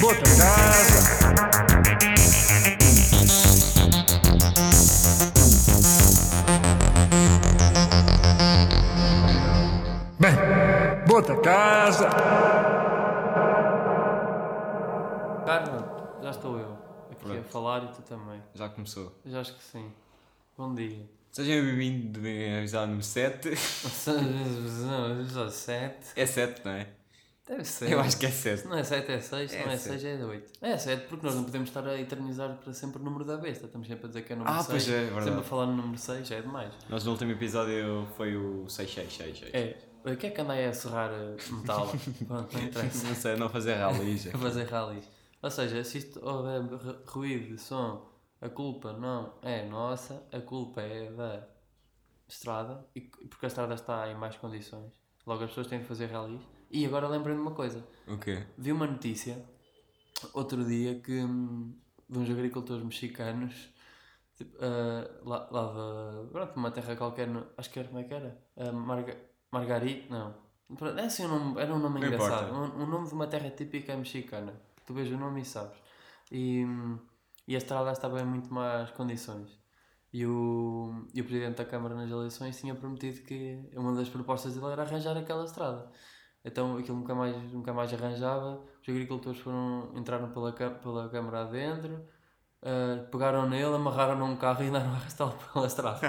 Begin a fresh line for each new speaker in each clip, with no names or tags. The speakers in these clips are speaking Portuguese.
Bota casa. Bem, bota casa.
Carla, Ah, já estou eu aqui a
Pronto.
falar e tu também.
Já começou.
Já acho que sim. Bom dia.
Sejam bem-vindos bem avisado número 7.
Não, 7.
É 7, não é?
Deve ser.
Eu acho que é 7.
Se não é 7, é 6. Se
É
não é
sete.
6, é 8. É 7, porque nós não podemos estar a eternizar para sempre o número da besta. Estamos sempre a dizer que é o número
Ah,
6.
pois é, é verdade.
Sempre a falar no número 6, já é demais.
Nós no último episódio foi o 6666.
É. O que é que andai a serrar eh, metal? Pronto, não interessa.
Não sei, não fazer rally já.
A fazer rallies. Ou seja, se isto houver ru- ruído de som, a culpa não é nossa, a culpa é da estrada, e c- porque a estrada está em más condições. Logo as pessoas têm de fazer rallies. E agora lembrei-me de uma coisa.
O quê?
Vi uma notícia outro dia que hum, de uns agricultores mexicanos tipo, ah, lá, lá de pronto, uma terra qualquer, no- acho que era como é que era? Ah, Marga, Margarita, não. Pronto, É assim um nome, era um nome
Não
engraçado.
importa.
Um, um nome de uma terra típica mexicana. Tu vês o nome e sabes. E, hum, e a estrada estava em muito más condições. E o, e o presidente da Câmara nas eleições tinha prometido que uma das propostas dele era arranjar aquela estrada. Então aquilo nunca mais, nunca mais arranjava. Os agricultores foram, entraram pela, ca- pela Câmara adentro, ah, pegaram nele, amarraram num carro e andaram a arrastá-lo pela estrada.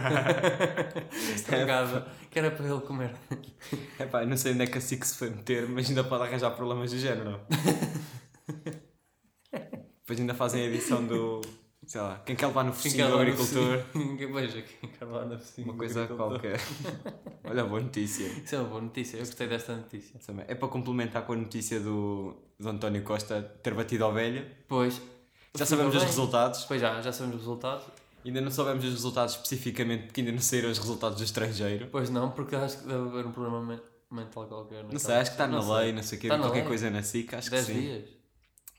Estragada, que era para ele comer.
Epá, não sei onde é que a SIC se foi meter, mas ainda pode arranjar problemas do género. Depois ainda fazem a edição do. Sei lá, quem quer levar no focinho do agricultor?
Veja, quem quer lá na oficina
Uma
do
coisa
agricultor.
qualquer. Olha, boa notícia.
Isso é uma boa notícia, eu gostei desta notícia.
Também. É para complementar com a notícia do, do António Costa ter batido a ovelha.
Pois,
Já sabemos os
bem.
resultados.
pois já, já sabemos os resultados.
Ainda não soubemos os resultados especificamente, porque ainda não saíram os resultados do estrangeiro.
Pois não, porque acho que deve haver um problema men- mental qualquer.
Não sei, acho que está na lei, não sei o quê,
Está Tá na
qualquer
lei.
coisa na SIC, acho que
10
sim.
dias.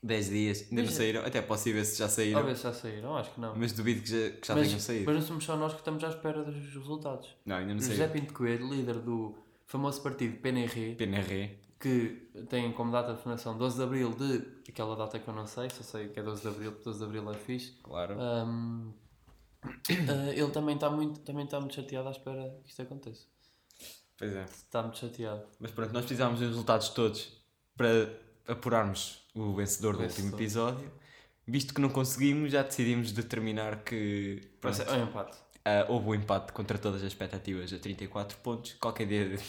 10 dias. Ainda
Mas
não
é-
saíram, até posso ir ver se já saíram,
Talvez já saíram, acho que não.
mas duvido que já, que já tenham
mas,
saído.
mas não somos só nós que estamos à espera dos resultados.
Não, ainda não
José
saíram. Tipo,
Pinto Coelho, líder do famoso partido PNR,
PNR.
que tem como data de fundação 12 de Abril de... Aquela data que eu não sei, só sei que é 12 de Abril, porque 12 de Abril é fixe.
Claro.
Ahm, ah, ele também está muito, também está muito chateado à espera que isto aconteça.
Pois é.
Está Tá muito chateado.
Mas pronto, nós precisámos dos resultados todos para apurarmos o vencedor do
Vencedor.
último episódio. Visto que não conseguimos, já decidimos determinar que
Vai
pronto,
ser- É um empate.
ah, houve um empate contra todas as expectativas a 34 pontos. Qualquer dia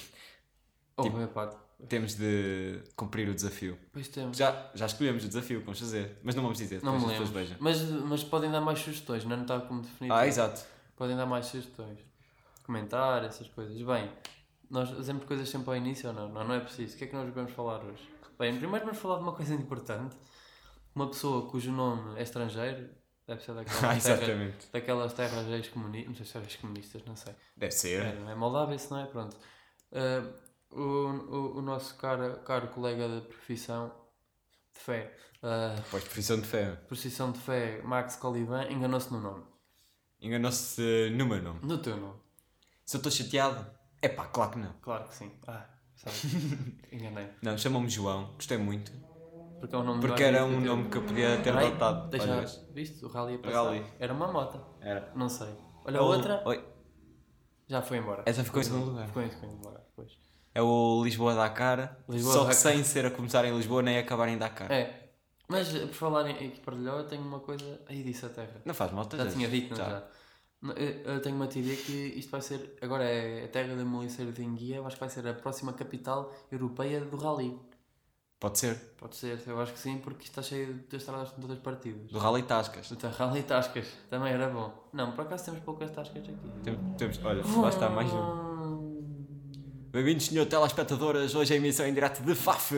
Ou
Tipo,
um empate.
temos de cumprir o desafio.
Depois temos.
Já, já escolhemos o desafio que vamos fazer, mas não vamos dizer,
Não
depois
me
as pessoas
lembro.
vejam.
Mas, mas podem dar mais sugestões, não está como definido.
Ah, exato.
Podem dar mais sugestões. Comentar, essas coisas. Bem, nós fazemos coisas sempre ao início ou não? Não, não é preciso. O que é que nós vamos falar hoje? Bem, primeiro vamos falar de uma coisa importante. Uma pessoa cujo nome é estrangeiro, deve ser
Ah,
daquelas, terras,
exatamente.
daquelas terras ex-comunistas, não sei se é ex-comunistas, não sei.
Deve
É,
ser.
não é Moldávia, se não é, pronto. Ah, o, o, o nosso cara, caro colega da profissão de fé, ah,
Pois, profissão de fé.
Procissão de Fé, Max Colivan, enganou-se no nome.
Enganou-se eh, no meu nome.
No teu nome.
Se eu estou chateado, é pá, claro que não.
Claro que sim. Ah, sabe? Enganei.
Não, chamou-me João, gostei muito.
Porque é um nome
Porque
mais
era
bonito
um
que eu
nome que eu podia ter
tenho. Ai,
adotado.
Deixa
Olha,
Viste? O rally a passar.
Rally.
Era uma moto.
Era.
Não sei. Olha, a outra
Oi,
já foi embora.
Essa ficou em segundo lugar.
Ficou em segundo lugar. Pois.
É o Lisboa da cara.
Lisboa
só
dá
que
cara.
sem ser a começar em Lisboa nem a acabar em Dakar.
É. Mas, eh, por falar em equipa de eu tenho uma coisa. Aí disse a terra.
Não faz mal, tá
Já tinha dito, não é? já? Não, Eu eu tenho uma teoria que isto vai ser. Agora é a terra da Moliceira de Enguia, eu acho que vai ser a próxima capital europeia do rally.
Pode ser.
Pode ser, eu acho que sim, porque isto está cheio de estradas de todas as partidas.
Do Rally Tascas.
Do Tarral e Tascas, também era bom. Não, por acaso temos poucas Tascas aqui. Hum.
Temos, temos- olha, lá está mais um. Bem-vindos, senhor telespectadoras. Hoje a emissão é em direto de FAF.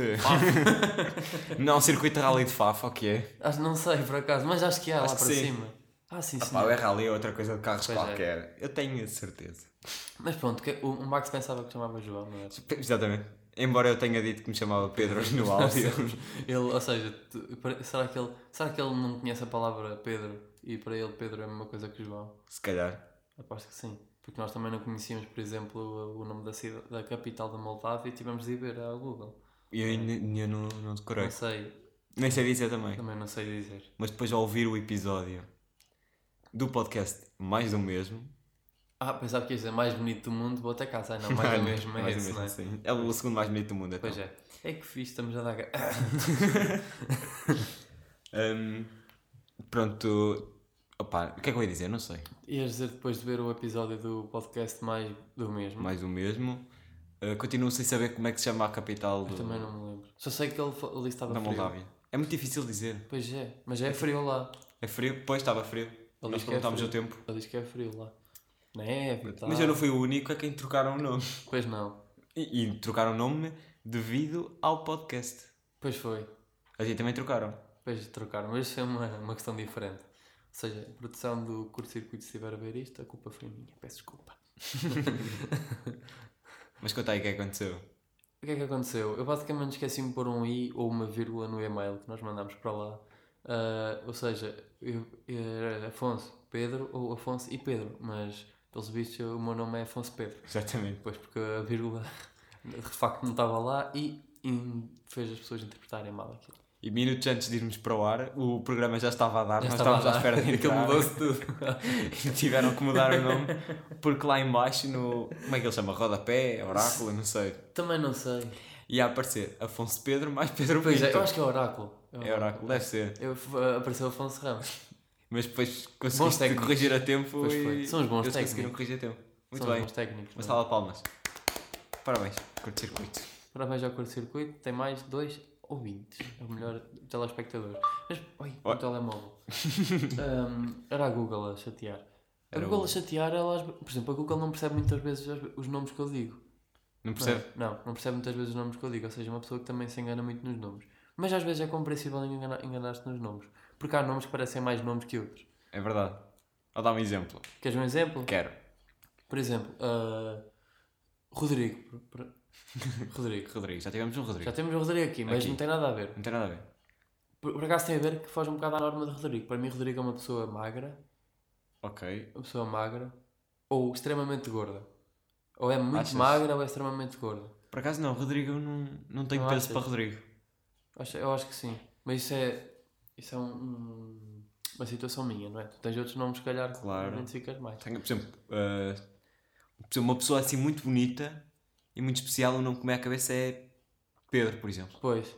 não, um circuito Rally de FAF, ok.
Acho, não sei, por acaso, mas acho que há
Acho
lá
que
para
sim.
cima. Ah, sim, sim.
Pá, o Rally é outra coisa de carros
Pois é.
qualquer. Eu tenho certeza.
Mas pronto, que- o, o Max pensava que chamava João, não é?
Exatamente. Embora eu tenha dito que me chamava Pedro no áudio.
Ele, ou seja, tu- para- será, que ele, será que ele não conhece a palavra Pedro? E para ele Pedro é a mesma coisa que João?
Se calhar.
Aposto que sim. Porque nós também não conhecíamos, por exemplo, o nome da, cida, da capital da Moldávia e tivemos de ir ver ao Google.
E eu, ainda- eu não, não decorei.
Não sei,
Nem sei dizer também.
também não sei dizer.
Mas depois ao ouvir o episódio do podcast Mais do Mesmo.
Ah, pensava que ia dizer mais bonito do mundo, vou até casa. Ah, não, mais do mesmo, é
Mais do
esse, não é?
sim. É o segundo mais bonito do mundo, então.
Pois é. É que fiz, estamos a dar. ga- é.
Hum, pronto. Opa, o que é que eu ia dizer? Não sei.
Ias dizer depois de ver o episódio do podcast mais do mesmo.
Mais o mesmo. Uh, continuo sem saber como é que se chama a capital do-
Eu também não me lembro. Só sei que ele, fa- ele estava
da
frio.
Moldávia. É muito difícil dizer.
Pois é, mas é frio lá.
É frio? Pois estava frio. Nós
diz que é
perguntámos
frio. Tá.
o tempo.
Ele diz que é frio lá. Neve e tal.
Mas eu não fui o único a quem trocaram o nome.
Pois não.
E, e trocaram o nome devido ao podcast.
Pois foi.
A gente também trocaram.
Depois trocaram. Mas isso é uma, uma questão diferente. Ou seja, a produção do curto-circuito, se estiver a ver isto, a culpa foi minha. Peço desculpa.
Mas conta aí o que é que aconteceu.
O que é que aconteceu? Eu basicamente esqueci-me de pôr um i ou uma vírgula no e-mail que nós mandámos para lá. Ah, ou seja, eu, era Afonso Pedro ou Afonso e Pedro, mas pelos bichos o meu nome é Afonso Pedro.
Exatamente.
Pois, porque a vírgula de facto não estava lá e, in- fez as pessoas interpretarem mal aquilo.
E minutos antes de irmos para o ar, o programa já estava a dar, nós estávamos
a
à
dar.
espera de
Aquilo
entrar.
mudou-se tudo.
E tiveram que mudar o nome porque lá embaixo no. Como é que ele chama? Rodapé, Oráculo, não sei.
Também não sei.
Ia aparecer Afonso Pedro mais Pedro
Pois é, eu
Pinto.
acho que é Oráculo.
É Oráculo, deve ser.
Eu, ah, apareceu Afonso Ramos.
Mas depois
Bons
conseguiste é
técnicos.
corrigir a tempo
Pois
e
foi. São os bons
eles conseguiram
técnicos.
corrigir a tempo. Muito
São os
bem.
bons técnicos. não
Uma
é?
salva de palmas. Parabéns, curto-circuito.
Parabéns ao curto-circuito, tem mais dois ouvintes. É o melhor telespectador. Mas, oi, o
Oi.
telemóvel. Ahm, era a Google a chatear. A
Era
Google
o-
a chatear, ela, às ve- por exemplo, a Google não percebe muitas vezes as- os nomes que eu digo. não
Não
é?
percebe?
Não, não percebe muitas vezes os nomes que eu digo. Ou seja, é uma pessoa que também se engana muito nos nomes. Mas às vezes é compreensível engana- enganar-se nos nomes. Porque há nomes que parecem mais nomes que outros.
É verdade. Vou dar um exemplo.
Queres um exemplo?
Quero.
Por exemplo, ah, Rodrigo. Por- por- Rodrigo.
Rodrigo. Já tivemos um Rodrigo.
Já temos o Rodrigo aqui, mas
Aqui.
não tem nada a ver.
Não tem nada a ver.
Por, por acaso tem a ver que foge um bocado à norma de Rodrigo. Para mim, Rodrigo é uma pessoa magra,
Ok.
uma pessoa magra, ou extremamente gorda. Ou é muito
Achas?
magra ou é extremamente gorda.
Por acaso não, Rodrigo eu não, não tenho
Não
peso
achas?
para Rodrigo.
Acho- eu acho que sim. Mas isso é, isso é um- um- uma situação minha, não é? Tu tens outros nomes, se calhar, que
Claro.
identificas mais.
Tenho, por exemplo, eh, por exemplo, uma pessoa assim muito bonita e muito especial, o nome que me é a cabeça é Pedro, por exemplo.
Pois.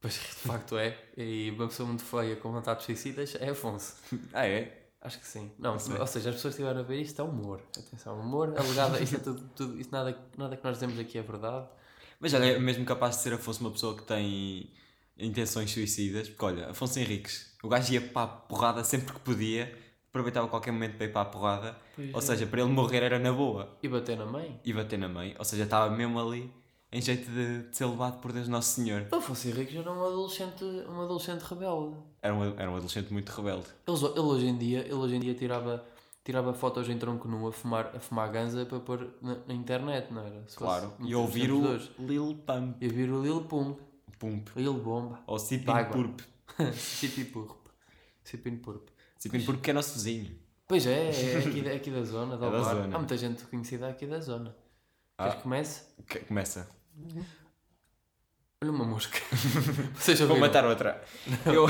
Pois, de facto é. E uma pessoa muito feia com vontade de suicidas é Afonso.
Ah, é?
Acho que sim. Não,
sei.
ou seja, as pessoas que estiveram a ver isto é humor. Atenção, humor alegado. Isto é tudo, tudo isto nada, nada que nós dizemos aqui é verdade.
Mas olha, é mesmo capaz de ser Afonso uma pessoa que tem intenções suicidas, porque olha, Afonso Henriques, o gajo ia para a porrada sempre que podia, aproveitava qualquer momento para ir para a porrada,
Pois
ou
é.
seja, para ele morrer era na boa
E bater na mãe.
e bater na mãe, ou seja, estava mesmo ali em jeito de, de ser levado por Deus Nosso Senhor.
O Afonso Henriques era um adolescente, um adolescente rebelde.
Era um, era um adolescente muito rebelde.
Ele, ele hoje em dia, ele hoje em dia tirava, tirava fotos em tronco nu a fumar, a fumar ganza para pôr na, na internet, não era? Se
Claro,
fosse- um
e ouvir o
dois.
Lil Pump.
E ouvir o Lil Pump,
Pump.
Lil Bomba,
Ou Sipin
D'água.
Purp.
Cipin Purp. Cipin Purp.
Sipin Purp que é nosso vizinho.
Pois é, é aqui, é aqui da zona, da
É da
Alvar.
zona. Ah.
Há muita gente conhecida aqui da zona. Queres que comece?
Que- começa.
Olha uma mosca. Vocês
Vou
ouviram?
matar outra. Eu...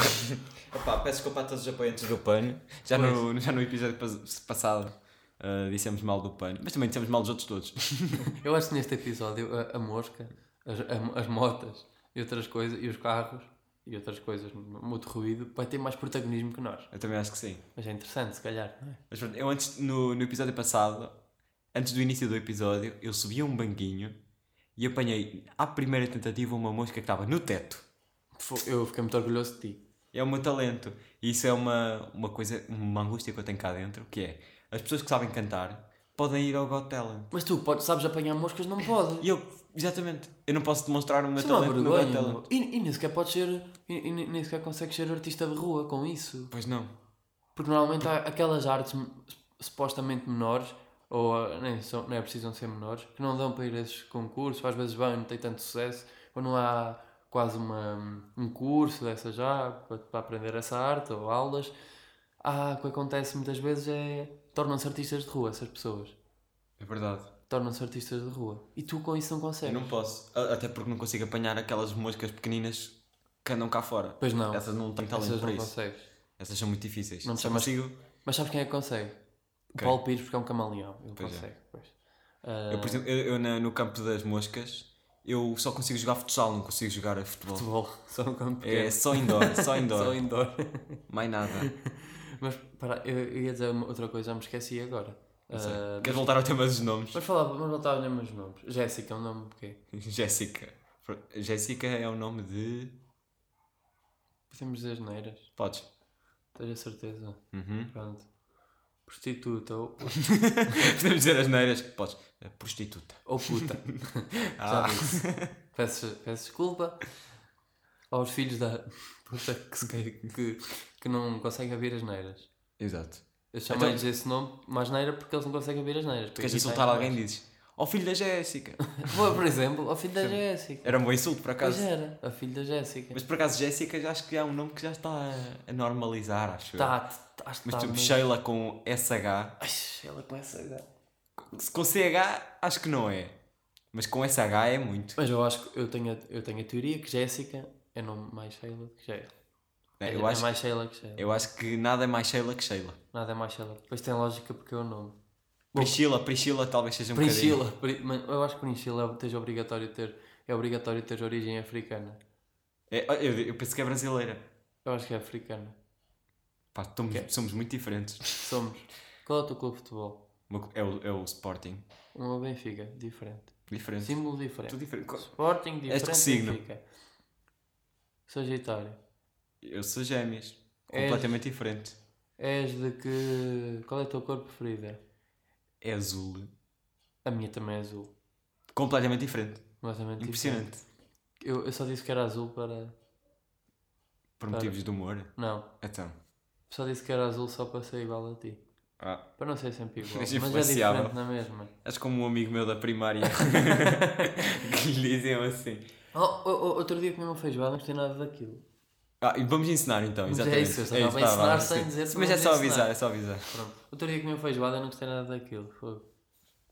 Opa, peço desculpa a todos os apoiantes do PAN. Já, no, já no episódio pas- passado ah, dissemos mal do PAN, mas também dissemos mal dos outros todos.
Eu acho que neste episódio a, a mosca, as, a- as motas e outras coisas, e os carros e outras coisas, muito ruído, vai ter mais protagonismo que nós.
Eu também acho que sim.
Mas é interessante, se calhar. não é?
Mas pronto, eu antes, no, no episódio passado, antes do início do episódio, eu subi a um banquinho e apanhei à primeira tentativa uma mosca que estava no teto.
Fo- Eu fiquei muito orgulhoso de ti.
É o meu talento. E isso é uma, uma coisa, uma angústia que eu tenho cá dentro, que é as pessoas que sabem cantar podem ir ao Got Talent.
Mas tu podes, sabes apanhar moscas, não podes.
E eu, exatamente, eu não posso demonstrar o meu
Isso é uma
talento no Got
vergonha.
Talent.
meu. E, e nem sequer podes ser, e, e nem nem sequer consegues ser artista de rua com isso.
Pois não.
Porque normalmente há aquelas artes m- supostamente menores, ou ah, nem, são, nem é precisam ser menores, que não dão para ir a esses concursos, às vezes vão e não têm tanto sucesso, ou não há quase uma, um curso dessa já para, para aprender essa arte, ou aulas. Ah, o que acontece muitas vezes é. tornam-se artistas de rua essas pessoas.
É verdade.
tornam-se artistas de rua. E tu com isso não
Eu
consegues.
não posso. A- Até porque não consigo apanhar aquelas moscas pequeninas que andam cá fora.
Pois não.
Essas não têm talento
Essas
para
não
isso.
consegues.
Essas são muito difíceis.
Não
Não
te
Só
chamas-
consigo.
Mas sabes quem é que consegue? O
Quem?
Paulo Pires, porque é um camaleão. Ele
Pois é.
consegue. Pois. Ah,
Eu,
É.
por exemplo, eu, eu na- no campo das moscas, eu só consigo jogar futsal, não consigo jogar a futebol.
Futebol, só um campo
É
pequeno.
só indoor, só indoor.
Só indoor.
Mais nada.
Mas para, eu, eu ia dizer uma- outra coisa, já me esqueci agora.
Não sei.
Ah,
Queres voltar ao tema dos nomes?
mas falar, vamos voltar aos meus nomes. Jéssica, é um nome porquê?
Jéssica. Jéssica é o nome de.
Podemos dizer neiras,
Podes.
tens a certeza.
Uhum.
Pronto. Prostituta ou,
Podemos dizer as neiras. Podes. A Prostituta.
ou puta. Já
Ah.
disse. Peço, peço desculpa aos filhos da puta que, se que, que, que não conseguem abrir as neiras.
Exato.
Eu chamo-lhes esse nome, mas neira, porque eles não conseguem abrir as neiras.
Tu Então- queres insultar alguém, dizes: Ó filho da Jéssica.
Vou, por exemplo, ao filho da Jéssica.
Era um bom insulto, por
Pois é.
acaso.
era, ao filho da Jéssica.
Mas por acaso, Jéssica, já acho que é um nome que já está a- a normalizar, acho eu.
Tá, tá, acho que
Mas
tá,
tu, Sheila com SH.
Ai, ela começa a dar.
Se com CH, acho que não é. Mas com SH é muito.
Mas eu acho que eu tenho, a- eu tenho a teoria que Jéssica é nome mais Sheila que Sheila. É,
né? eu, acho,
mais Sheila que Sheila.
eu acho que nada é mais Sheila que Sheila.
Nada é mais Sheila. Depois tem lógica porque é o nome.
Priscila, Priscila talvez seja um bocadinho.
Priscila. Pri- mas Eu acho que Priscila esteja é obrigatório ter, é obrigatório ter origem africana.
É, eu, eu penso que é brasileira.
Eu acho que é africana.
Pá, tomo-
é?
somos muito diferentes.
Somos. Qual é o teu clube de futebol?
O meu- É o, é o Sporting.
Uma Benfica, diferente.
Diferente.
Símbolo
Tudo
diferente.
diferente. Co-
Sporting, diferente.
És de que signo?
Benfica. Sagitário.
Eu sou gêmeos.
És-
Completamente diferente.
És de que. Qual é a tua cor preferida?
É azul.
A minha também é azul.
Completamente diferente.
Completamente diferente.
Impressionante.
Eu, eu só disse que era azul para.
Por
Claro.
motivos de humor.
Não.
Então.
Só disse que era azul só para ser igual a ti.
Ah,
Para não ser sempre igual. Mas
És
é
influenciável.
diferente na mesma.
és como um amigo meu da primária que lhe diziam assim.
Oh, oh, oh, outro dia comi uma feijoada, não gostei nada daquilo.
Ah, e vamos ensinar então,
Mas é
exatamente.
isso, eu só estava a
tá, vá,
ensinar sem
sim.
dizer que
Mas é
vamos
só
ensinar.
avisar, é só avisar.
Pronto. Outro dia comi uma feijoada, não gostei nada daquilo. Fogo.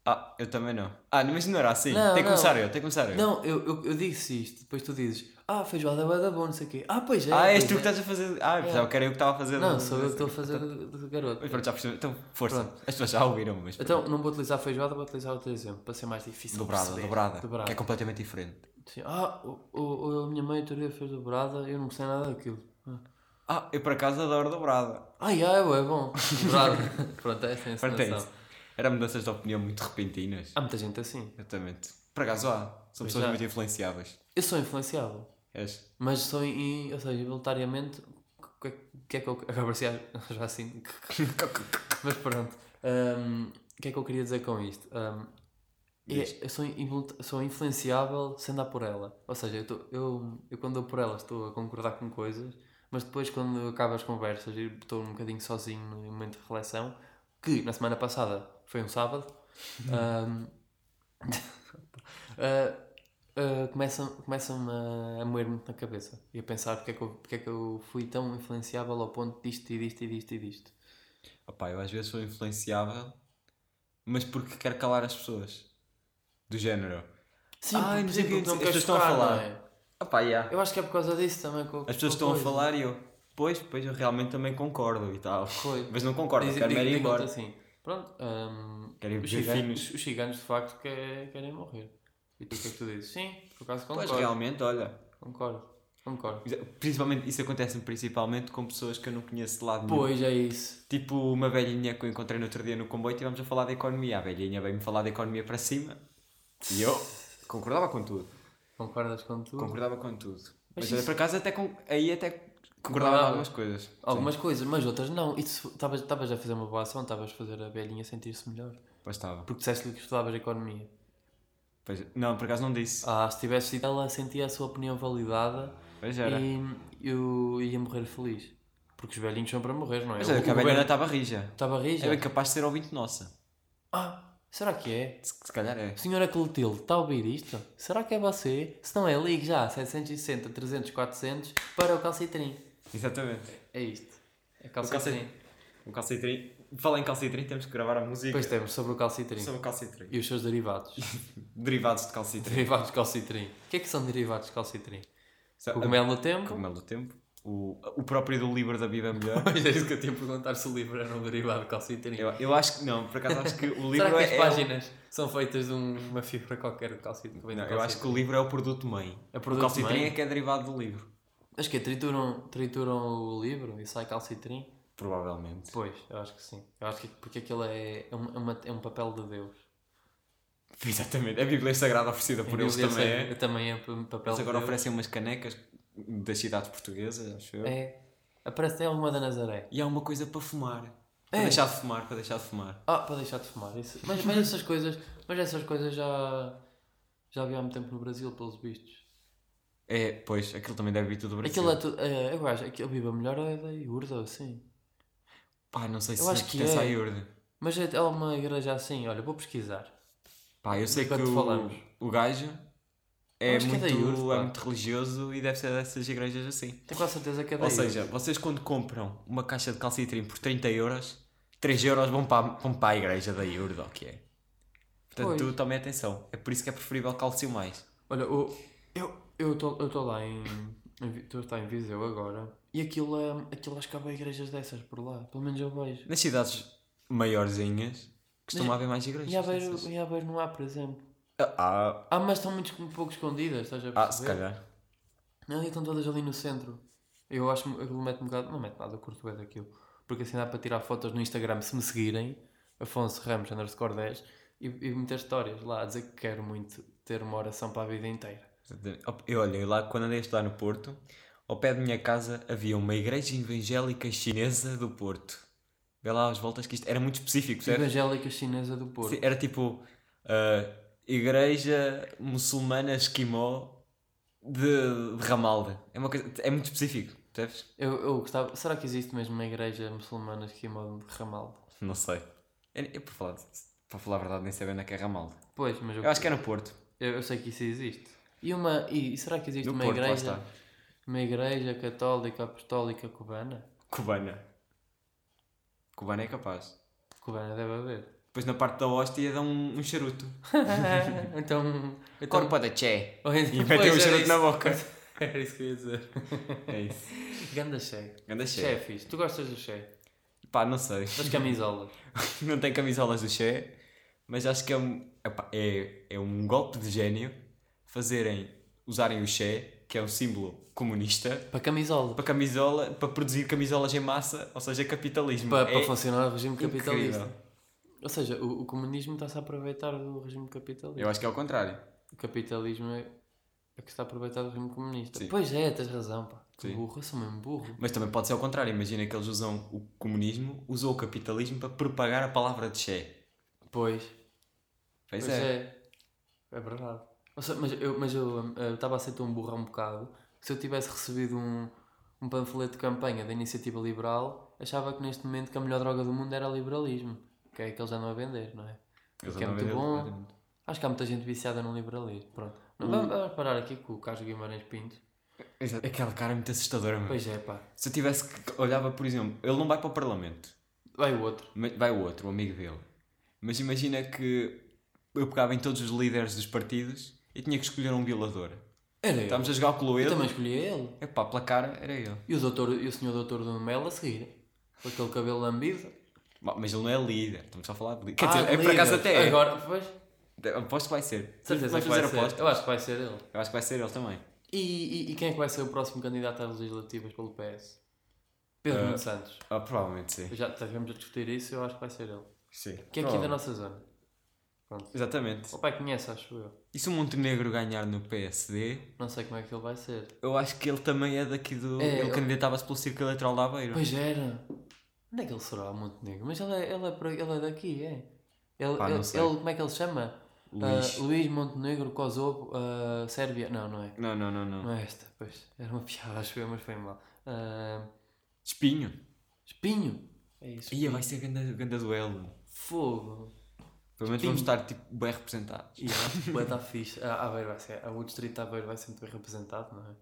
Ah, eu também não. Ah, mas não era assim.
Não,
tem que
não.
começar eu, tem que começar eu.
Não, eu, eu, eu disse isto, depois tu dizes, ah, feijoada vai dar bom, não sei o quê. Ah, pois é.
Ah, és
pois
tu que
é."
estás a fazer. Ah, eu pensava que era eu que estava a fazer. um assim.
Não, sou eu que estou a fazer do do garoto.
Mas pronto, já percebi. Então, força.
Pronto.
As pessoas já ouviram, mas.
Então, não vou utilizar feijoada, vou utilizar outro exemplo, para ser mais difícil. de
dobrada,
perceber.
dobrada,
Dobrada.
Que é completamente diferente.
Sim. Ah, o, o, o- a minha mãe outro dia fez dobrada, eu não gostei nada daquilo. Ah.
Ah, eu por acaso adoro dobrada.
Ai, ai, é bom. Dobrada. Pronto, é essa a
Pronto, é
encenação.
isso. Era mudanças de opinião muito repentinas.
Há muita gente assim.
Exatamente. Por acaso há. São
Pois
pessoas
há.
muito influenciáveis.
Eu sou influenciável.
És.
Mas sou, in, ou seja, voluntariamente, o que, que é que eu. Acaba se já assim. Mas pronto. Hum, o que é que eu queria dizer com isto? Hum, é-
Diz.
eu sou, involunt- sou influenciável sem dar por ela. Ou seja, eu, tô- eu, eu quando dou por ela estou a concordar com coisas, mas depois quando acabo as conversas e estou um bocadinho sozinho no momento de reflexão, que na semana passada foi um sábado, hum, ah, ah, começam- começam-me a, a moer muito na cabeça e a pensar porque é, que eu, porque é que eu fui tão influenciável ao ponto disto e disto e disto e disto.
Opá, eu às vezes sou influenciável, mas porque quero calar as pessoas. Do género.
Sim,
Ah,
por
não sei o
exemplo,
que
não
dizer.
queres
As pessoas estão a
chocar,
falar.
não é?
Opá, yeah.
Eu acho que é por causa disso também. Com,
As pessoas estão a falar e eu, pois, pois eu realmente também concordo e tal.
Foi.
Mas não concordo, quero me ir embora.
Assim, pronto, hum,
Quero ir
os,
ver
chiganos,
filmes.
os chiganos de facto que- é- querem morrer. E tu o que é que tu dizes? Sim, por acaso
Pois
concordo.
realmente, olha.
Concordo, concordo.
Principalmente, isso acontece principalmente com pessoas que eu não conheço de lado nenhum.
Pois é isso.
Tipo uma velhinha que eu encontrei no outro dia no comboio e estivemos a falar da economia. A velhinha veio-me falar da economia para cima e eu concordava com tudo.
Concordas com tudo?
Concordava com tudo. Mas,
Mas
olha,
isso-
por acaso até con- aí até concordava em
Concordava.
algumas coisas. Sim.
Algumas coisas, mas outras não. E tu estavas estavas a fazer uma boa ação, estavas a fazer a velhinha sentir-se melhor.
Pois estava.
Porque disseste-lhe que estudavas economia.
Pois- não, por acaso não disse.
Ah, se tivesse sido ela sentia a sua opinião validada
Pois era.
e eu ia morrer feliz. Porque os velhinhos são para morrer, não é?
Mas olha,
O-
que a
o
velhinha
governo
estava rija.
estava rija.
É bem capaz de ser ouvinte nossa.
Ah, será que é?
Se, se calhar é.
Senhora Clotilde, está a ouvir isto? Será que é você? Se não é, ligue já 760, 300, 400 para o calcitrim.
Exatamente.
É isto. É
O
calcitrim.
calcitrim. O calcitrim. Fala em calcitrim, temos que gravar a música
Depois temos sobre o calcitrim
sobre o calcitrim.
e os seus derivados.
Derivados de calcitrim.
derivados de calcitrim. O que é que são derivados de calcitrim?
Sa-
Cogumelo do tempo?
Cogumelo é do tempo. O, o próprio do livro da Bíblia Melhor.
Pois é isso que eu tinha a perguntar se o livro era um derivado de calcitrim.
Eu, eu acho que não, por acaso acho que o livro
Será que as
é.
páginas são feitas de um- uma fibra qualquer de calcitrim?
Não, eu acho que o livro é o produto mãe.
É
o
produto
calcitrim
mãe?
é que é derivado do livro.
Mas que é, trituram, trituram o livro e sai calcitrim?
Provavelmente.
Pois, eu acho que sim. Eu acho que porque aquilo é, é, um- é uma- é um papel de Deus.
Exatamente. A Bíblia é Sagrada oferecida por
Eu
eles
devia
também
ser-
é.
Também é um papel
Eles
de
agora
Deus.
oferecem umas canecas das cidades portuguesas, acho eu.
É. Aparece é uma da Nazaré.
E há uma coisa para fumar. Para
É.
deixar de fumar, para deixar de fumar.
Ah, para deixar de fumar. Isso. Mas, mas essas coisas, mas essas coisas já já havia há muito tempo no Brasil, pelos vistos.
É, pois, aquilo também deve vir tudo do Brasil.
Aquilo é tudo. é, eu acho que a Bíblia melhor é da Iurda, assim.
Pá, não sei se
Eu acho que
pertence
é.
à Iurde.
Mas é, é uma igreja assim, olha, vou pesquisar.
Pá, eu sei que
Enquanto falamos.
o, o gajo é
Acho que é
muito,
da Iurde,
é
pá.
muito religioso e deve ser dessas igrejas assim.
Tenho quase certeza que é da
Ou
Iurda.
seja, vocês quando compram uma caixa de calcitrim por 30 euros, 3 euros vão para, vão para a igreja da Iurde, ou o que é? Portanto,
Pois.
tu tomem atenção. É por isso que é preferível calcio mais.
Olha, o- eu eu estou lá em. Estou em Viseu agora. E aquilo, é, aquilo acho que há bué igrejas dessas por lá. Pelo menos eu vejo.
Nas cidades maiorzinhas, costuma
Mas-
haver mais igrejas.
E a ver,
dessas.
e a ver não há, por exemplo.
Ah,
Ah, mas estão muito um pouco escondidas, estás a perceber?
ah, se calhar.
Não, e estão todas ali no centro. Eu acho que aquilo mete um bocado. Não mete nada, eu curto bem daquilo. Porque assim dá para tirar fotos no Instagram se me seguirem, Afonso Ramos underscore 10, e, e meter histórias lá a dizer que quero muito ter uma oração para a vida inteira.
Eu olhei lá, quando andei a estudar no Porto, ao pé da minha casa havia uma igreja evangélica chinesa do Porto. Vê lá as voltas que isto era muito específico, certo?
Evangélica Chinesa do Porto.
Era tipo ah, Igreja Muçulmana Esquimó de, de Ramalda. É, uma coisa, é muito específico, percebes?
Eu, eu gostava. Será que existe mesmo uma igreja muçulmana que chama de Ramalda?
Não sei. Eu, eu, para, É, falar, para falar a verdade, nem sabia onde é que é Ramalda.
Pois, mas eu,
Eu acho que é no Porto.
eu, eu sei que isso existe. E uma. E será que existe
No
uma
Porto, lá
igreja.
está.
Uma igreja católica apostólica cubana?
Cubana. Cubana é capaz.
Cubana deve haver.
Depois na parte da hóstia dá um, um charuto.
então. então
Corpo da Che.
Ou então-
E meteu
pois,
o
era
charuto
isso.
na boca.
Era isso que eu ia dizer.
É isso.
Ganda Che.
Ganda Che.
Che é fixe. Tu gostas do Che?
Pá, não sei.
Das camisolas.
Não tem camisolas do Che, mas acho que é um, epá, é, é um golpe de gênio fazerem, usarem o Che, que é um símbolo comunista,
Para camisola.
para camisola, para produzir camisolas em massa, ou seja, capitalismo.
Para, para
é
funcionar o regime
incrível.
capitalista. Ou seja, o, o comunismo está-se a aproveitar do regime capitalista.
Eu acho que é o contrário.
O capitalismo é, é que está a aproveitar do regime comunista.
Sim.
Pois é, tens razão, pá. Que
Sim.
burro, eu sou mesmo burro.
Mas também pode ser ao contrário. Imagina que eles usam o comunismo, usou o capitalismo para propagar a palavra de Che.
Pois.
Pois,
pois
é.
é. É verdade. Ou seja, mas eu mas eu, hum, eu estava a ser tão burro há um bocado que se eu tivesse recebido um, um panfleto de campanha da iniciativa liberal, achava que neste momento que a melhor droga do mundo era liberalismo. Que é que eles andam a vender, não é?
Eles
que é
andam a
muito
vender-
bom. Acho que há muita gente viciada no liberalismo. Pronto. Não,
O-
vamos, vamos parar aqui com o Carlos Guimarães Pinto.
Exato. Aquela cara é muito assustadora, mano.
Pois é, pá.
Se eu tivesse que olhava, por exemplo, ele não vai para o Parlamento,
Vai o outro.
mas vai o outro, o amigo dele. Mas imagina que eu pegava em todos os líderes dos partidos e tinha que escolher um violador.
Era eu.
Estávamos a jogar com
Eu
ele.
também escolhi ele.
Epá, pela cara era ele.
E o, doutor, e o senhor doutor Nuno Melo a seguir? Com aquele cabelo lambido.
Bom, Mas ele não é líder, estamos só a falar de líder. Quer
Ah,
dizer, é por
líder.
acaso até é.
Agora, pois. de
Aposto que vai ser.
Certeza
Vamos
que vai
fazer
ser.
aposta.
Eu acho que vai ser ele.
Eu acho que vai ser ele também.
E, e- e quem é que vai ser o próximo candidato às legislativas pelo PS? Pedro
Ah.
Nuno Santos.
Ah, provavelmente sim.
Eu Já estivemos a discutir isso eu acho que vai ser ele.
Sim.
Que é aqui da nossa zona.
Exatamente.
O pai conhece, acho eu.
E se o Montenegro ganhar no PSD,
Não sei como é que ele vai ser.
eu acho que ele também é daqui do.
É,
ele
eu-
candidatava-se pelo Circo Eleitoral da Aveiro.
Pois era. Onde é que ele será, Montenegro? Mas ele é, ele é, por- ele é daqui, é. Ele,
Pá, não
ele-
sei.
ele- como é que ele se chama?
Luís.
Ah, Luís Montenegro Kosovo, ah, Sérvia. Não, não é.
Não, não, não, não.
Não é esta, pois. Era uma piada, acho eu, mas foi mal. Ah,
Espinho.
espinho. É isso.
Ia, vai ser grande, grande duelo.
Fogo.
Pelo menos
Espinho.
vamos estar tipo, bem representados.
E a poeta fixe. Ah, A Aveiro vai ser. a- O distrito de Aveiro vai ser muito bem representado, não é?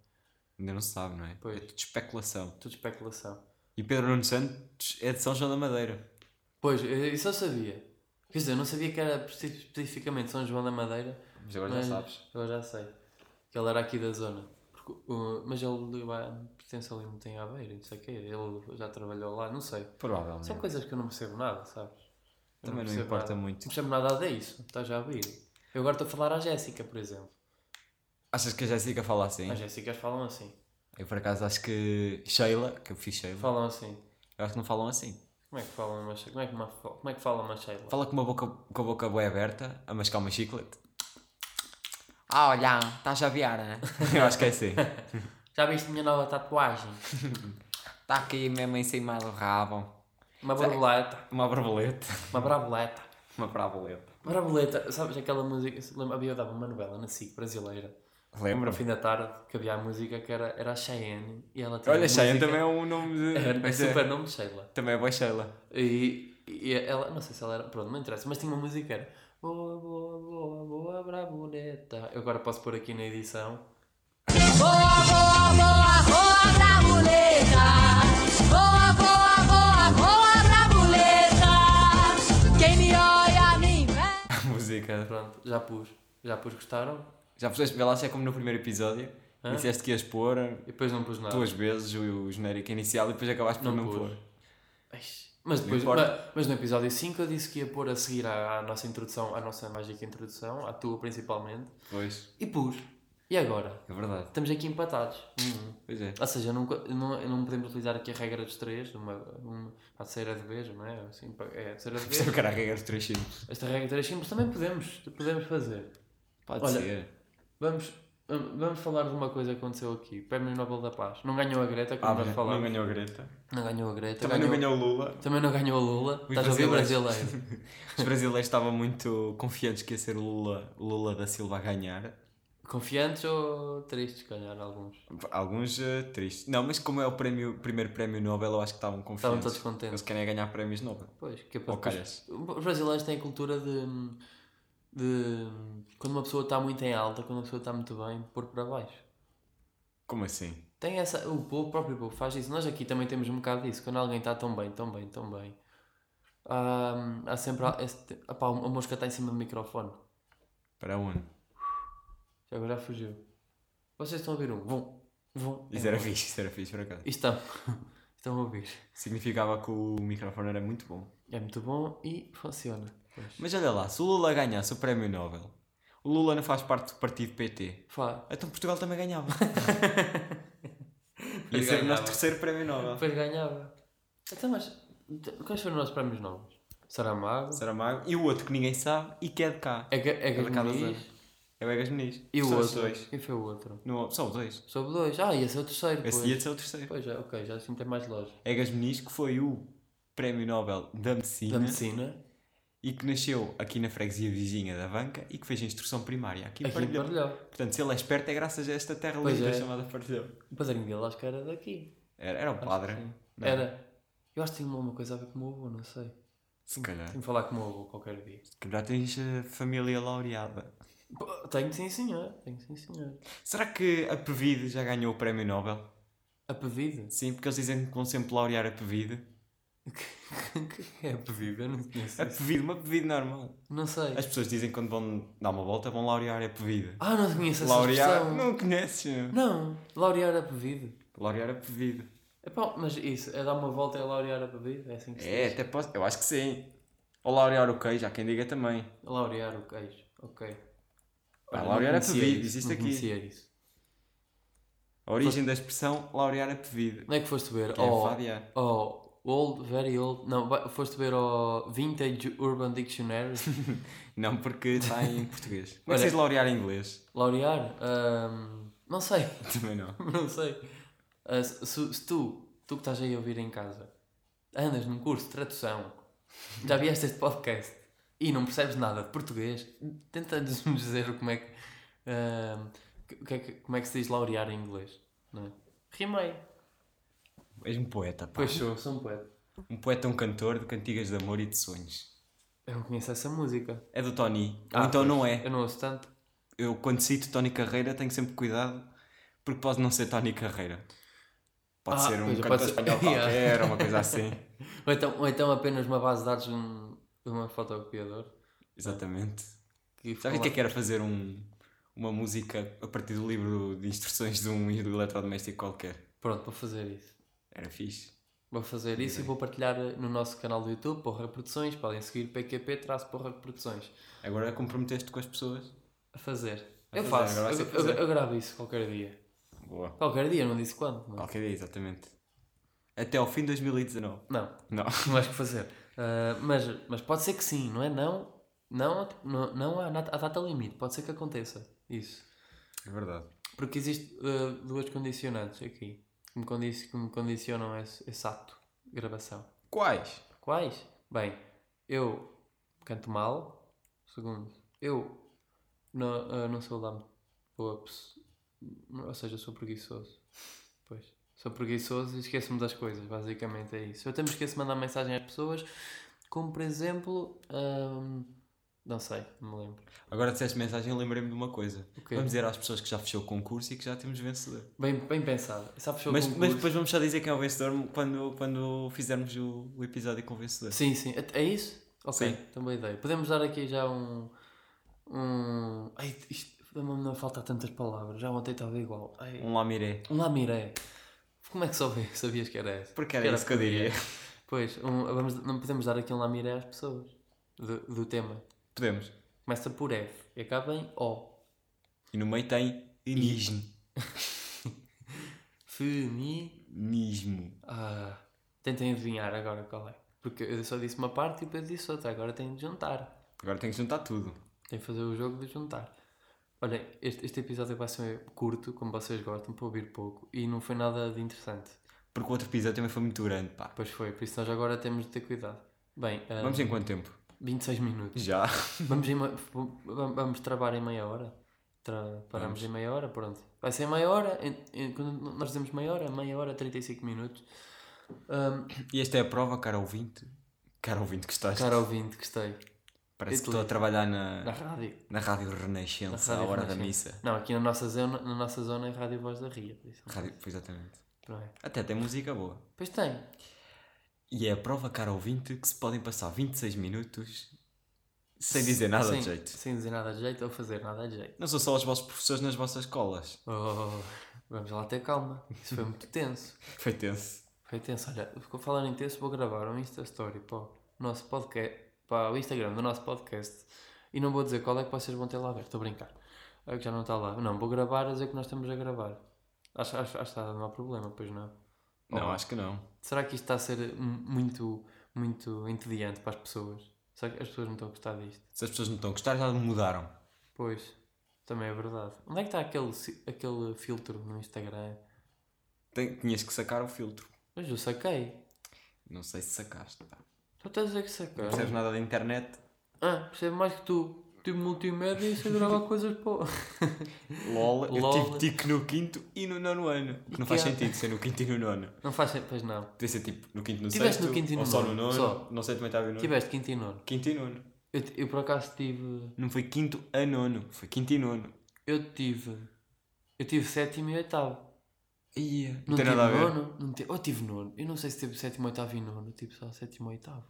Ainda não se sabe, não é?
Pois.
É tudo especulação.
Tudo especulação.
E Pedro Nuno Santos é de São João da Madeira.
Pois, eu- isso eu sabia. Quer dizer, eu não sabia que era espe- especificamente São João da Madeira,
Mas agora
mas
já sabes.
eu já sei. Que ele era aqui da zona. Porque o- mas ele lá- pertence ali muito em Aveiro, não sei o quê. Ele já trabalhou lá, não sei.
Provavelmente.
São coisas que eu não percebo nada, sabes? Eu
É. Também não é.
percebo
importa
nada.
muito.
Não percebo nada disso, estás a ouvir? Eu agora estou a falar à Jéssica, por exemplo.
Achas que a Jéssica fala assim?
As Jéssicas falam assim.
Eu por acaso acho que Sheila, que eu fiz Sheila,
Falam assim.
eu acho que não falam assim.
Como é que falam uma Sheila? Como é que, uma, como é que fala uma Sheila?
Fala com, uma boca, com a boca bem aberta, a mascar uma chiclete. Ah, olha, estás a viar, né? eu acho que é assim.
Já viste a minha nova tatuagem?
Está Tá aqui mesmo em cima do rabo.
Uma borboleta.
Uma borboleta.
Uma braboleta.
Uma borboleta.
Uma braboleta. Sabes aquela música? se lembra- Havia eu dava uma novela na SIC brasileira. No
Lembra-me?
fim da tarde, que havia a música que era, era a Cheyenne. E ela tinha
Olha,
a
Sheila
música-
também é um nome de...
É, é
Mas é-
super nome de Sheila.
Também é boa Sheila.
E, e ela, não sei se ela era, pronto, não interessa, mas tinha uma música que era Boa, boa, boa, boa, braboleta. Eu agora posso pôr aqui na edição.
Boa, boa, boa, boa braboleta. Boa, boa, boa, boa braboleta. Quem me olha a mim vem.
A música.
Pronto, já pus. Já pus, gostaram?
Já puseste Bela é como no primeiro episódio.
Hã?
Disseste que ias pôr
E depois não pus nada.
duas vezes o, o genérico inicial e depois acabaste por
Não
não,
pus.
pôr.
Ai, Mas depois,
Não importa.
mas, mas no episódio 5 eu disse que ia pôr a seguir à, à nossa introdução, à nossa mágica introdução, à tua principalmente,
Pois.
e pus. E agora?
É verdade.
Estamos aqui empatados. Uhum.
Pois é.
Ou seja, nunca, não, não podemos utilizar aqui a regra dos três, uma, uma, a terceira de vez, não é? Assim, pa- é a terceira de
Percebe
vez.
que era a regra dos três filmes.
Esta regra de três simples também podemos, podemos fazer.
Pode
Olha,
ser.
Vamos, vam- vamos falar de uma coisa que aconteceu aqui. Prémio Nobel da Paz. Não ganhou a Greta, como nós
Ah, não
falámos.
ganhou a Greta.
Não ganhou a Greta.
Também não ganhou o Lula.
Também não ganhou a Lula. Estás a ouvir
brasileiros.
brasileiro.
Os brasileiros estavam muito confiantes que ia ser o Lula, o Lula da Silva a ganhar.
Confiantes ou tristes, se calhar, alguns?
Alguns eh, tristes. Não, mas como é o prémio, primeiro prémio Nobel, eu acho que estavam confiantes.
Estavam todos contentes.
Eles querem é ganhar prémios Nobel.
Pois, que é para
Ou
depois-
calhas.
Os brasileiros têm a cultura de, de. Quando uma pessoa está muito em alta, quando uma pessoa está muito bem, pôr para baixo.
Como assim?
Tem essa. O povo, o próprio povo faz isso. Nós aqui também temos um bocado disso. Quando alguém está tão bem, tão bem, tão bem. Há, há sempre. a- Esse, opá, a mosca está em cima do microfone.
Para onde?
Já agora já fugiu. Vocês estão a ouvir um. Vão. Vão. é um-
Isso era fixe, isso era fixe por acaso.
Estão. é Estão a ouvir.
Significava que o microfone era muito bom.
É muito bom e funciona. Pois.
Mas olha lá, se o Lula ganhasse o prémio Nobel, o Lula não faz parte do partido PT.
Fá.
Então Portugal também ganhava. Ia
Ele
ser o nosso
ganhava.
terceiro prémio Nobel.
Depois ganhava. Então, mas. Quais foram os nossos prémios novos? Saramago.
Saramago. E o outro que ninguém sabe e que é de cá.
É, que- é,
É de cá da
Muniz.
zona. É o Egas Muniz.
E o
São os
outro.
dois.
E foi o outro.
Não, só os dois.
Soube dois. Ah, esse é o terceiro.
Esse
pois.
ia ser o terceiro.
Pois é, ok, já assim tem mais longe.
Egas Muniz, que foi o prémio Nobel da Medicina,
Da medicina.
e que nasceu aqui na freguesia vizinha da Banca e que fez instrução primária aqui em
Aqui em
Partilhão.
Pardelhão.
Portanto, se ele é esperto é graças a esta terra
Pois
linda
é.
chamada Partilhão.
O padrinho dele acho que era daqui.
Era, era o
Acho
padre.
que sim.
Não. é?
Era. Eu acho que tinha uma coisa a ver com o meu avô, não sei.
Se calhar.
Tenho que falar com o meu avô qualquer dia.
Se calhar tens eh, família laureada.
Pô, Tenho sim senhor, tenho sim senhor.
Será que a Pevide já ganhou o prémio Nobel?
A pedido?
Sim, porque eles dizem que vão sempre laurear a Pevide.
é a pedido? Eu não conheço.
A Pevide, uma Pevide normal.
Não sei.
As pessoas dizem que quando vão dar uma volta vão laurear a Pevide.
Ah, não conheço essa
Laurear?
expressão.
Não conheces? meu?
Não, laurear a pedido.
Laurear a Pevide.
Epá, mas isso, é dar uma volta e é laurear a pedido? É assim que se
É,
diz?
até posso. Eu acho que sim. Ou laurear o queijo, há quem diga também.
Laurear o queijo, ok.
Ah,
Olha, não
laurear a
conhecia
pedido,
isso,
existe
não
aqui.
conhecia isso.
A origem da expressão laurear a Pevide.
Onde é que foste ver?
Que é
Oh,
fadiar.
Oh, old, very old. Não, vai- foste ver o Vintage Urban Dictionary.
Não, porque está em português. Como é
Olha-
que vocês laurear em inglês?
Laurear? Ahm, não sei,
Também não.
não sei. Ah, se, se- se tu, tu que estás aí a ouvir em casa, andas num curso de tradução, já vieste este podcast e não percebes nada de português, tenta-nos dizer como é que, ahm, que- que é que- como é que se diz laurear em inglês, não é? Rimei.
És um poeta, pá.
Pois sou, sou um poeta.
Um poeta, um cantor de cantigas de amor e de sonhos.
Eu não conheço essa música.
É do Tony.
Ah,
Ou então
pois.
não é.
Eu não ouço tanto.
Eu, quando cito Tony Carreira, tenho sempre cuidado porque pode não ser Tony Carreira. Pode
Ah,
ser um
pois,
cantor
pode ser-
espanhol
Yeah.
qualquer, uma coisa assim.
Ou então, ou então apenas uma base de dados de, um, de uma fotocopiador.
Exatamente.
Que
Sabe o que é
fala-
que era fazer um, uma música a partir do livro de instruções de um eletrodoméstico qualquer?
Pronto, vou fazer isso.
Era fixe.
Vou fazer isso e vou partilhar no nosso canal do YouTube, Porra Produções. Podem seguir PQP-Porra Produções.
Agora comprometeste com as pessoas.
A fazer.
A
eu
fazer,
faço.
agora
Eu,
sei fazer.
eu- eu gravo isso qualquer dia.
Boa.
Qualquer dia, não disse quando. Não,
Qualquer dia, exatamente. Até ao fim de 2019.
não, não
Não.
vais que fazer. Ah, mas, mas pode ser que sim, não é? Não, não, não, não há nat- há data limite. Pode ser que aconteça isso.
É verdade.
Porque existem duas condicionantes aqui que me, condici- que me condicionam esse, esse ato de gravação.
Quais?
Quais? Bem, eu canto mal. Segundo, eu não, ah, não sou lá muito boa pessoa. Ou seja, sou preguiçoso. Pois. Sou preguiçoso e esqueço-me das coisas, basicamente é isso. Eu também esqueço de mandar mensagem às pessoas, como por exemplo. ahm, não sei, não me lembro.
Agora disseste mensagem, lembrei-me de uma coisa.
O quê?
Vamos dizer às pessoas que já fechou o concurso e que já temos vencedor.
Bem, bem pensado. Sabes que eu
Mas, mas
concluo-
depois vamos só dizer quem é o vencedor quando, quando fizermos o, o episódio com o vencedor.
Sim, sim. É- É isso? Ok,
Sim.
também ideia. Podemos dar aqui já um. um... Ai, isto não falta tantas palavras. Já ontem estava igual. Ai,
Um lamiré.
Um lamiré. Como é que soube- sabias que era essa?
Porque era isso que eu diria.
Pois, um- vamos, não podemos dar aqui um lamiré às pessoas do, do tema.
Podemos.
Começa por F e acaba em O.
E no meio tem inismo.
Femi.
Nismo.
Ah, tentem adivinhar agora qual é. Porque eu só disse uma parte e depois disse outra. Agora tenho de juntar.
Agora tem que juntar tudo.
Tem que fazer o jogo de juntar. Olha, este, este episódio vai ser curto, como vocês gostam, para ouvir pouco, e não foi nada de interessante.
Porque o outro episódio também foi muito grande, pá.
Pois foi, por isso nós agora temos de ter cuidado. Bem, ah,
Vamos em quanto tempo?
26 minutos.
Já.
Vamos, em, ma- vamos- vamos travar em meia hora. Tra- paramos em meia hora, pronto. Vai ser meia hora, em- em- quando nós dizemos meia hora, meia hora, 35 minutos. Ahm,
E esta é a prova, cara ouvinte. Cara ouvinte que estás.
caro ouvinte, gostei.
Parece que
eu
estou a trabalhar
Na
na,
rádio.
na Rádio Renascença,
Na
à
Rádio
hora da
Renascença.
missa.
Não, aqui na nossa zona, na nossa zona é Rádio Voz da Ria. Por isso,
Rádio, pois, exatamente.
não é?
Até tem música boa.
Pois tem.
E é a prova, cara ouvinte, que se podem passar 26 minutos sem dizer nada
sem,
de jeito.
Sem dizer nada de jeito ou fazer nada de jeito.
Não são só os vossos professores nas vossas escolas.
Oh, vamos lá ter calma. Isso foi muito tenso.
Foi tenso.
Foi tenso. Olha, ficou falando em tenso, vou gravar um Insta Story para o nosso podcast, para o Instagram do nosso podcast. E não vou dizer qual é que vocês vão ter lá a ver, estou a brincar. É que já não está lá. Não, vou gravar a dizer que nós estamos a gravar. Acho, acho, acho que está- não há problema, pois não.
Não,
Oh.
acho que não.
Será que isto está a ser hum, muito, muito entediante para as pessoas? Será que as pessoas não estão a gostar disto?
Se as pessoas não estão a gostar, já mudaram.
Pois, também é verdade. Onde é que está aquele, ci- aquele filtro no Instagram?
Tem- tinhas que sacar o filtro.
Mas eu saquei.
Não sei se sacaste. pá.
Tu estás a dizer que
Não
sacaste.
percebes nada da internet?
Ah, percebo mais que tu. Tipo multimédia e sei gravar coisas para. o-
LOL,
LOL.
eu tive TIC no quinto e no nono ano. Que não faz
que é?
sentido ser no quinto e no nono.
Não faz sen- Pois não.
Podia ser tipo no quinto e no
Tiveste
sexto.
no quinto e no
ou só no
nono,
nono.
só.
Não sei também estava no nono.
Tiveste quinto e nono.
Quinto e nono.
Eu, t- eu por acaso tive.
Não foi quinto a nono. Foi quinto e nono.
Eu tive. Eu tive sétimo e oitavo.
Ia. Não,
Não
tem
tive
nada a ver.
nono? Não tive... Ou tive nono? Eu não sei se tive sétimo, oitavo e nono. Eu tive só sétimo e oitavo.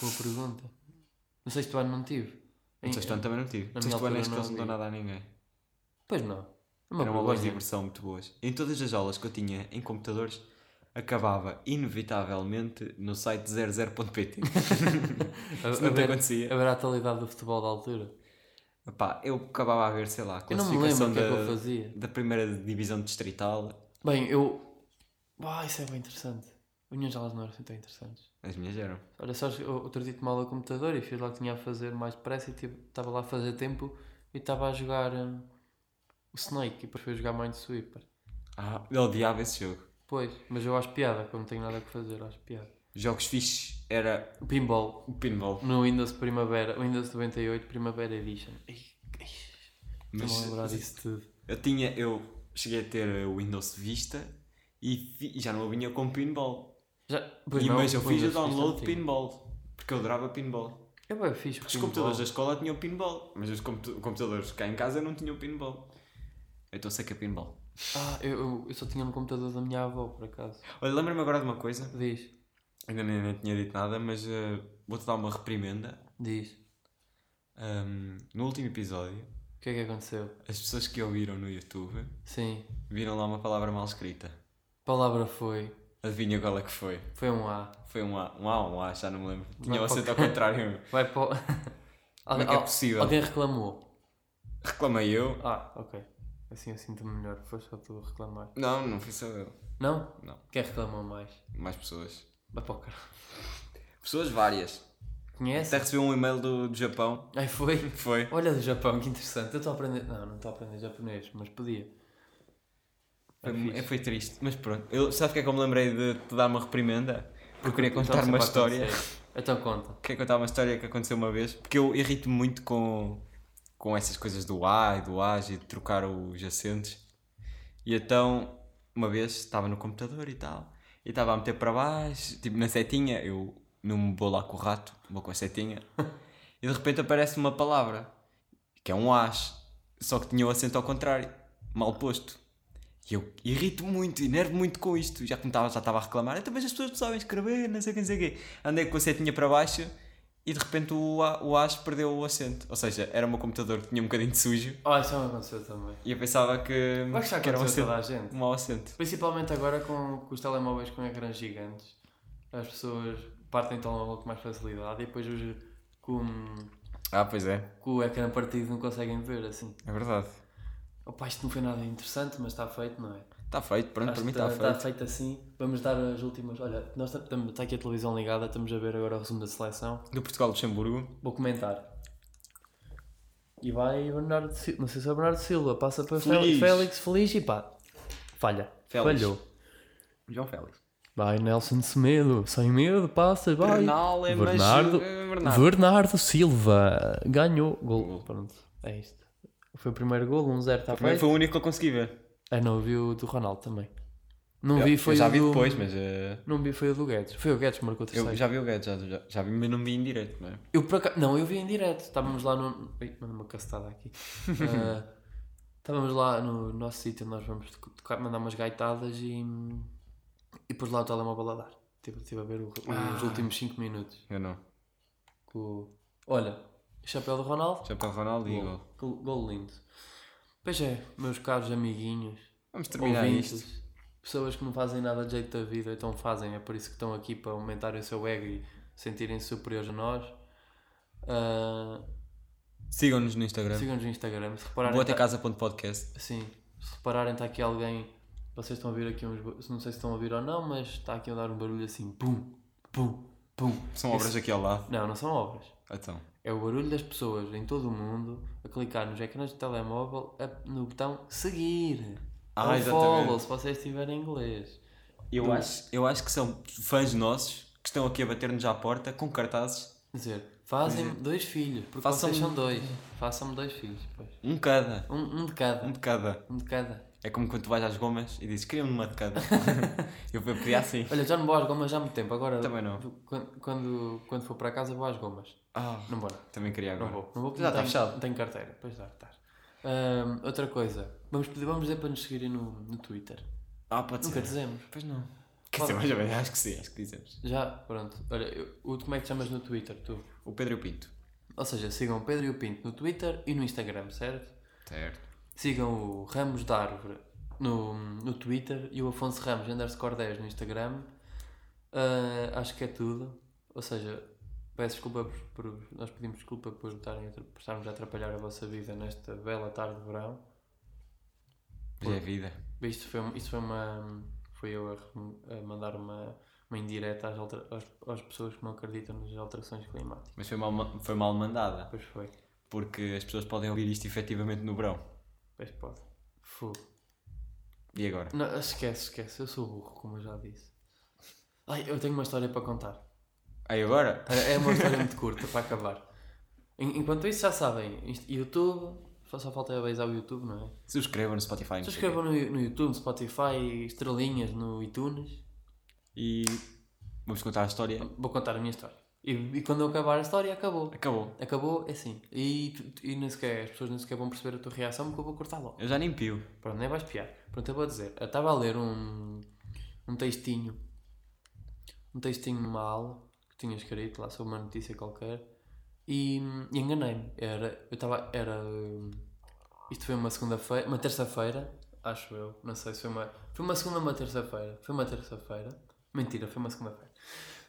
Boa pergunta. No sexto ano não tive.
No sexto ano também não tive.
minha
No sexto ano
altura
acho que
não
eles não dão
havia.
nada a ninguém.
Pois não. É
Eram aulas de
vergonha.
diversão muito boas. Em todas as aulas que eu tinha em computadores, acabava inevitavelmente no site 00.pt.
A,
Isso não
a
te
ver,
acontecia.
A ver a atualidade do futebol da altura.
Epá, eu acabava a ver, sei lá, a
Eu não me lembro
classificação
o que é que eu
da,
fazia.
da primeira divisão distrital.
Bem, eu. Ah, isso é bem interessante. As minhas aulas não eram assim tão interessantes.
As minhas eram.
Olha, só eu- outro dia tomei aula ao computador e fiz lá o que tinha a fazer mais depressa e tipo, estava lá a fazer tempo e estava a jogar hum, o Snake e depois fui jogar Minesweeper.
Ah, eu odiava esse jogo.
Pois, mas eu acho piada, como não tenho nada que fazer, acho piada.
Jogos fixes era
O Pinball,
o pinball.
no Windows Primavera, Windows 98 Primavera Edition. Ih, ih, Estou-me a lembrar
Mas
disso tudo.
eu tinha, eu cheguei a ter o Windows Vista e, fi- e já não vinha com pinball.
Já,
e, mas eu fiz o
Windows
download de
Vista é
pinball. Porque eu adorava pinball.
Eu bem fiz
Os computadores da escola tinham pinball, mas os compu- computadores cá em casa não tinham pinball. Eu estou a ser capinball.
Ah, eu, eu- eu só tinha no computador da minha avó, por acaso.
Olha, lembra-me agora de uma coisa.
Diz,
Ainda nem, nem tinha dito nada, mas eh, vou-te dar uma reprimenda.
diz.
Ahm, no último episódio,
O que é que aconteceu?
as pessoas que ouviram no YouTube
Sim,
viram lá uma palavra mal escrita.
palavra foi.
Adivinha qual é que foi?
Foi um A.
Foi um A, um A ou um A, já não me lembro. Tinha
Vai
o
para o
acento ao
quê?
contrário.
Vai para. o-
Como é que
Al-
é
al-
possível?
Alguém reclamou.
Reclamei eu.
Ah, ok. Assim eu sinto-me melhor. Foi só tu a reclamar.
Não, não fui só eu.
Não?
Não.
Quem reclamou mais?
Mais pessoas.
Vai para o caralho.
Pessoas várias.
Conhece?
Até recebi um e-mail do, do Japão.
Ai, foi.
Foi.
Olha do Japão, que interessante. Eu estou a aprender. Não, não estou a aprender japonês, mas podia.
Foi,
É
mu-
fixe.
foi triste, mas pronto. Eu, sabes o que é que eu me lembrei de te dar uma reprimenda? Porque eu queria
Então,
contar
sempre
uma história.
acontecer. Então conta.
Queria contar uma história que aconteceu uma vez. Porque eu irrito-me muito com, com essas coisas do A e do AS e de trocar os acentos. E então, uma vez, estava no computador e tal. E estava a meter para baixo, tipo na setinha. Eu não me vou lá com o rato, vou com a setinha. e de repente aparece uma palavra, que é um AS. Só que tinha o acento ao contrário, mal posto. E eu irrito muito, enervo muito com isto. Já que me tava- já estava a reclamar, então, mas as pessoas não sabem escrever, não sei o que, não sei o quê. Andei com a setinha para baixo e de repente o, A- o AS perdeu o acento. Ou seja, era o meu computador que tinha um bocadinho de sujo
Ah, isso me aconteceu também.
e eu pensava que,
Mas já
que era um
aconteceu a
acento,
toda a gente.
um mau acento.
Principalmente agora com, com os telemóveis com ecrãs gigantes. As pessoas partem o telemóvel com mais facilidade e depois os com,
Ah, pois é,
com o ecrã partido não conseguem ver assim.
é verdade.
Opa, isto não foi nada interessante, mas está feito, não é?
Está Tá feito, pronto, para
Acho
mim
que
está
Está
feito.
feito assim. Vamos dar as últimas. Olha, nós estamos está aqui a televisão ligada, estamos a ver agora o resumo da seleção.
Do Portugal-Luxemburgo,
Vou comentar. E vai Bernardo Silva. Não sei se é Bernardo Silva. Passa para
Feliz.
Félix, Félix Feliz e pá. Falha.
Félix.
Falhou.
João Félix.
Vai Nelson Semedo. Sem medo, passa, vai.
Bernal é mais-
Bernardo,
é
eh, Bernardo.
Bernardo.
Silva. Ganhou. Gol. Pronto. É isto. Foi o primeiro gol, 1-0. Está
Também
feito.
foi o único que eu consegui ver.
Ah, não, vi o do Ronaldo também. Não
Eu-
vi, foi
eu já
o
vi
do...
depois, mas eh,
Não vi, foi o do Guedes. Foi o Guedes que marcou o terceiro.
eu já vi o Guedes, já, já, já vi, mas não vi em direto, não é?
Eu por acaso... Não, eu vi em direto. Estávamos lá no... Ui, manda uma castada aqui. Ah, estávamos lá no nosso sítio onde nós vamos to- tocar, mandar umas gaitadas e... E pus lá o telemóvel a dar. Tipo, Estive estive a ver o-
Ah.
os últimos 5 minutos.
Eu não.
Com... o- Olha, chapéu do Ronaldo.
Chapéu Ronaldo e gol.
Gol, gol lindo. Pois é, meus caros amiguinhos.
Vamos terminar isto.
ouvintes, pessoas que não fazem nada de jeito da vida, então fazem, é por isso que estão aqui para aumentarem o seu ego e sentirem-se superiores a nós. Ah,
Sigam-nos no Instagram.
Sigam-nos no Instagram, se repararem.
Boa até
tá-
casa.podcast.
Sim, se repararem, está aqui alguém. Vocês estão a ouvir aqui uns. ba- Não sei se estão a ouvir ou não, mas está aqui a dar um barulho assim. Pum, pum, pum.
São obras aqui ao lado.
Não, não são obras.
Então.
É o barulho das pessoas em todo o mundo a clicar nos ecrãs de telemóvel a- no botão seguir.
Ah,
Ou
exatamente.
follow, se vocês estiverem em inglês.
Eu acho, eu acho que são fãs nossos que estão aqui a bater-nos à porta com cartazes.
Quer dizer, fazem-me dois filhos, porque
é. Façam-me-
vocês são dois. Façam-me dois filhos, pois.
Um cada.
Um, um de cada.
Um de cada.
Um de cada.
É como quando tu vais às gomas e dizes, queria-me uma de cada. eu vou pedir assim.
Olha, já não vou às gomas já há muito tempo. Agora,
Também não.
Quando, quando, quando for para casa, vou às gomas.
Ah,
Não vou,
também queria
não
agora.
vou. Não vou porque
Já
não
está
tenho-
fechado.
Não tenho carteira. Pois dá, tá. Ahm, outra coisa, vamos, pedir, vamos dizer para nos seguirem no, no Twitter.
Ah, pode
Nunca
ser.
dizemos.
Pois não. Quer dizer, mais ou menos, acho que sim, acho que dizemos.
Já, pronto. Olha, eu- o, como é que te chamas no Twitter, tu?
O Pedro e o Pinto.
Ou seja, sigam o Pedro e o Pinto no Twitter e no Instagram, certo?
Certo.
Sigam o Ramos da Árvore no, no Twitter e o Afonso Ramos underscore 10 no Instagram. Ah, acho que é tudo. Ou seja, peço desculpa por, por- Nós pedimos desculpa por, estarem, a tra- por estarmos a atrapalhar a vossa vida nesta bela tarde de verão.
Pois é a vida.
Isto foi, um- isto foi uma. Foi eu a, rem- a mandar uma, uma indireta às, altera- às, às pessoas que não acreditam nas alterações climáticas.
Mas foi mal, ma- foi mal mandada.
Pois foi.
Porque as pessoas podem ouvir isto efetivamente no verão.
Pois pode. Fogo.
E agora?
Não, esquece, esquece. Eu sou burro, como eu já disse. Ai, eu tenho uma história para contar.
Aí agora?
É uma história muito curta para acabar. En- Enquanto isso, já sabem, inst- YouTube, só só falta eu avisar o YouTube, não é?
Subscrevam no Spotify. não sei o quê.
Subscrevam no, no YouTube, no Spotify, estrelinhas no iTunes.
E vamos contar a história
Vou contar a minha história. E, e quando eu acabar a história, acabou.
Acabou.
Acabou, é assim. E, tu- tu- e nem sequer, as pessoas nem sequer vão perceber a tua reação porque eu vou cortar logo.
Eu já nem pio.
Pronto, nem vais piar. Pronto, eu vou dizer. Eu estava a ler um, um textinho, um textinho numa aula que tinha escrito lá sobre uma notícia qualquer e, e enganei-me. Era, eu estava, era, hum, isto foi uma segunda-feira, uma terça-feira, acho eu, não sei se foi uma, foi uma segunda ou uma terça-feira, foi uma terça-feira, mentira, foi uma segunda-feira.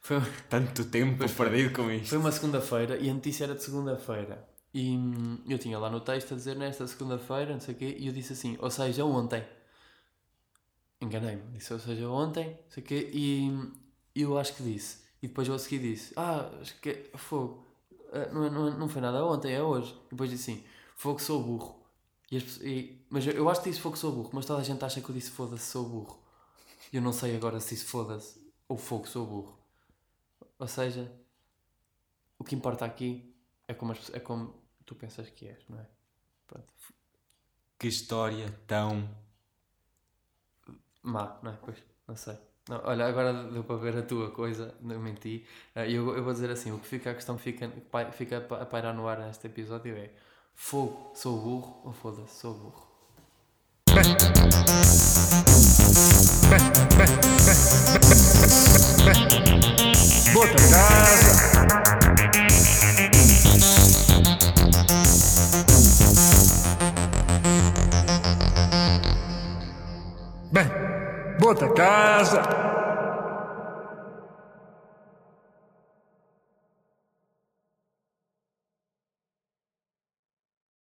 Foi,
Tanto tempo perdido com isto.
foi uma segunda-feira e a notícia era de segunda-feira. E hum, eu tinha lá no texto a dizer nesta segunda-feira, não sei o quê, e eu disse assim, ou seja, ontem. Enganei-me, disse, ou seja, ontem, não sei o quê, e hum, eu acho que disse. E depois eu a seguir disse, ah, acho que é fogo. Ah, Não, é- não, é- não foi nada ontem, é hoje. E depois disse assim, fogo, sou burro. E as pessoas- e- mas eu, eu acho que disse fogo, sou burro, mas toda a gente acha que eu disse foda-se, sou burro. E eu não sei agora se disse foda-se ou fogo, sou burro. Ou seja, o que importa aqui é como, as pessoas- é como tu pensas que és, não é? Pronto. F-
Que história tão.
Má, não é? Pois, não sei. Não, olha, agora deu para ver a tua coisa, não menti. Ah, Eu, eu vou dizer assim: o que fica, a questão que fica, que pai- fica a pa- a pairar no ar neste episódio é: fogo, sou burro ou foda-se, sou burro.
bota casa, bem, bota casa.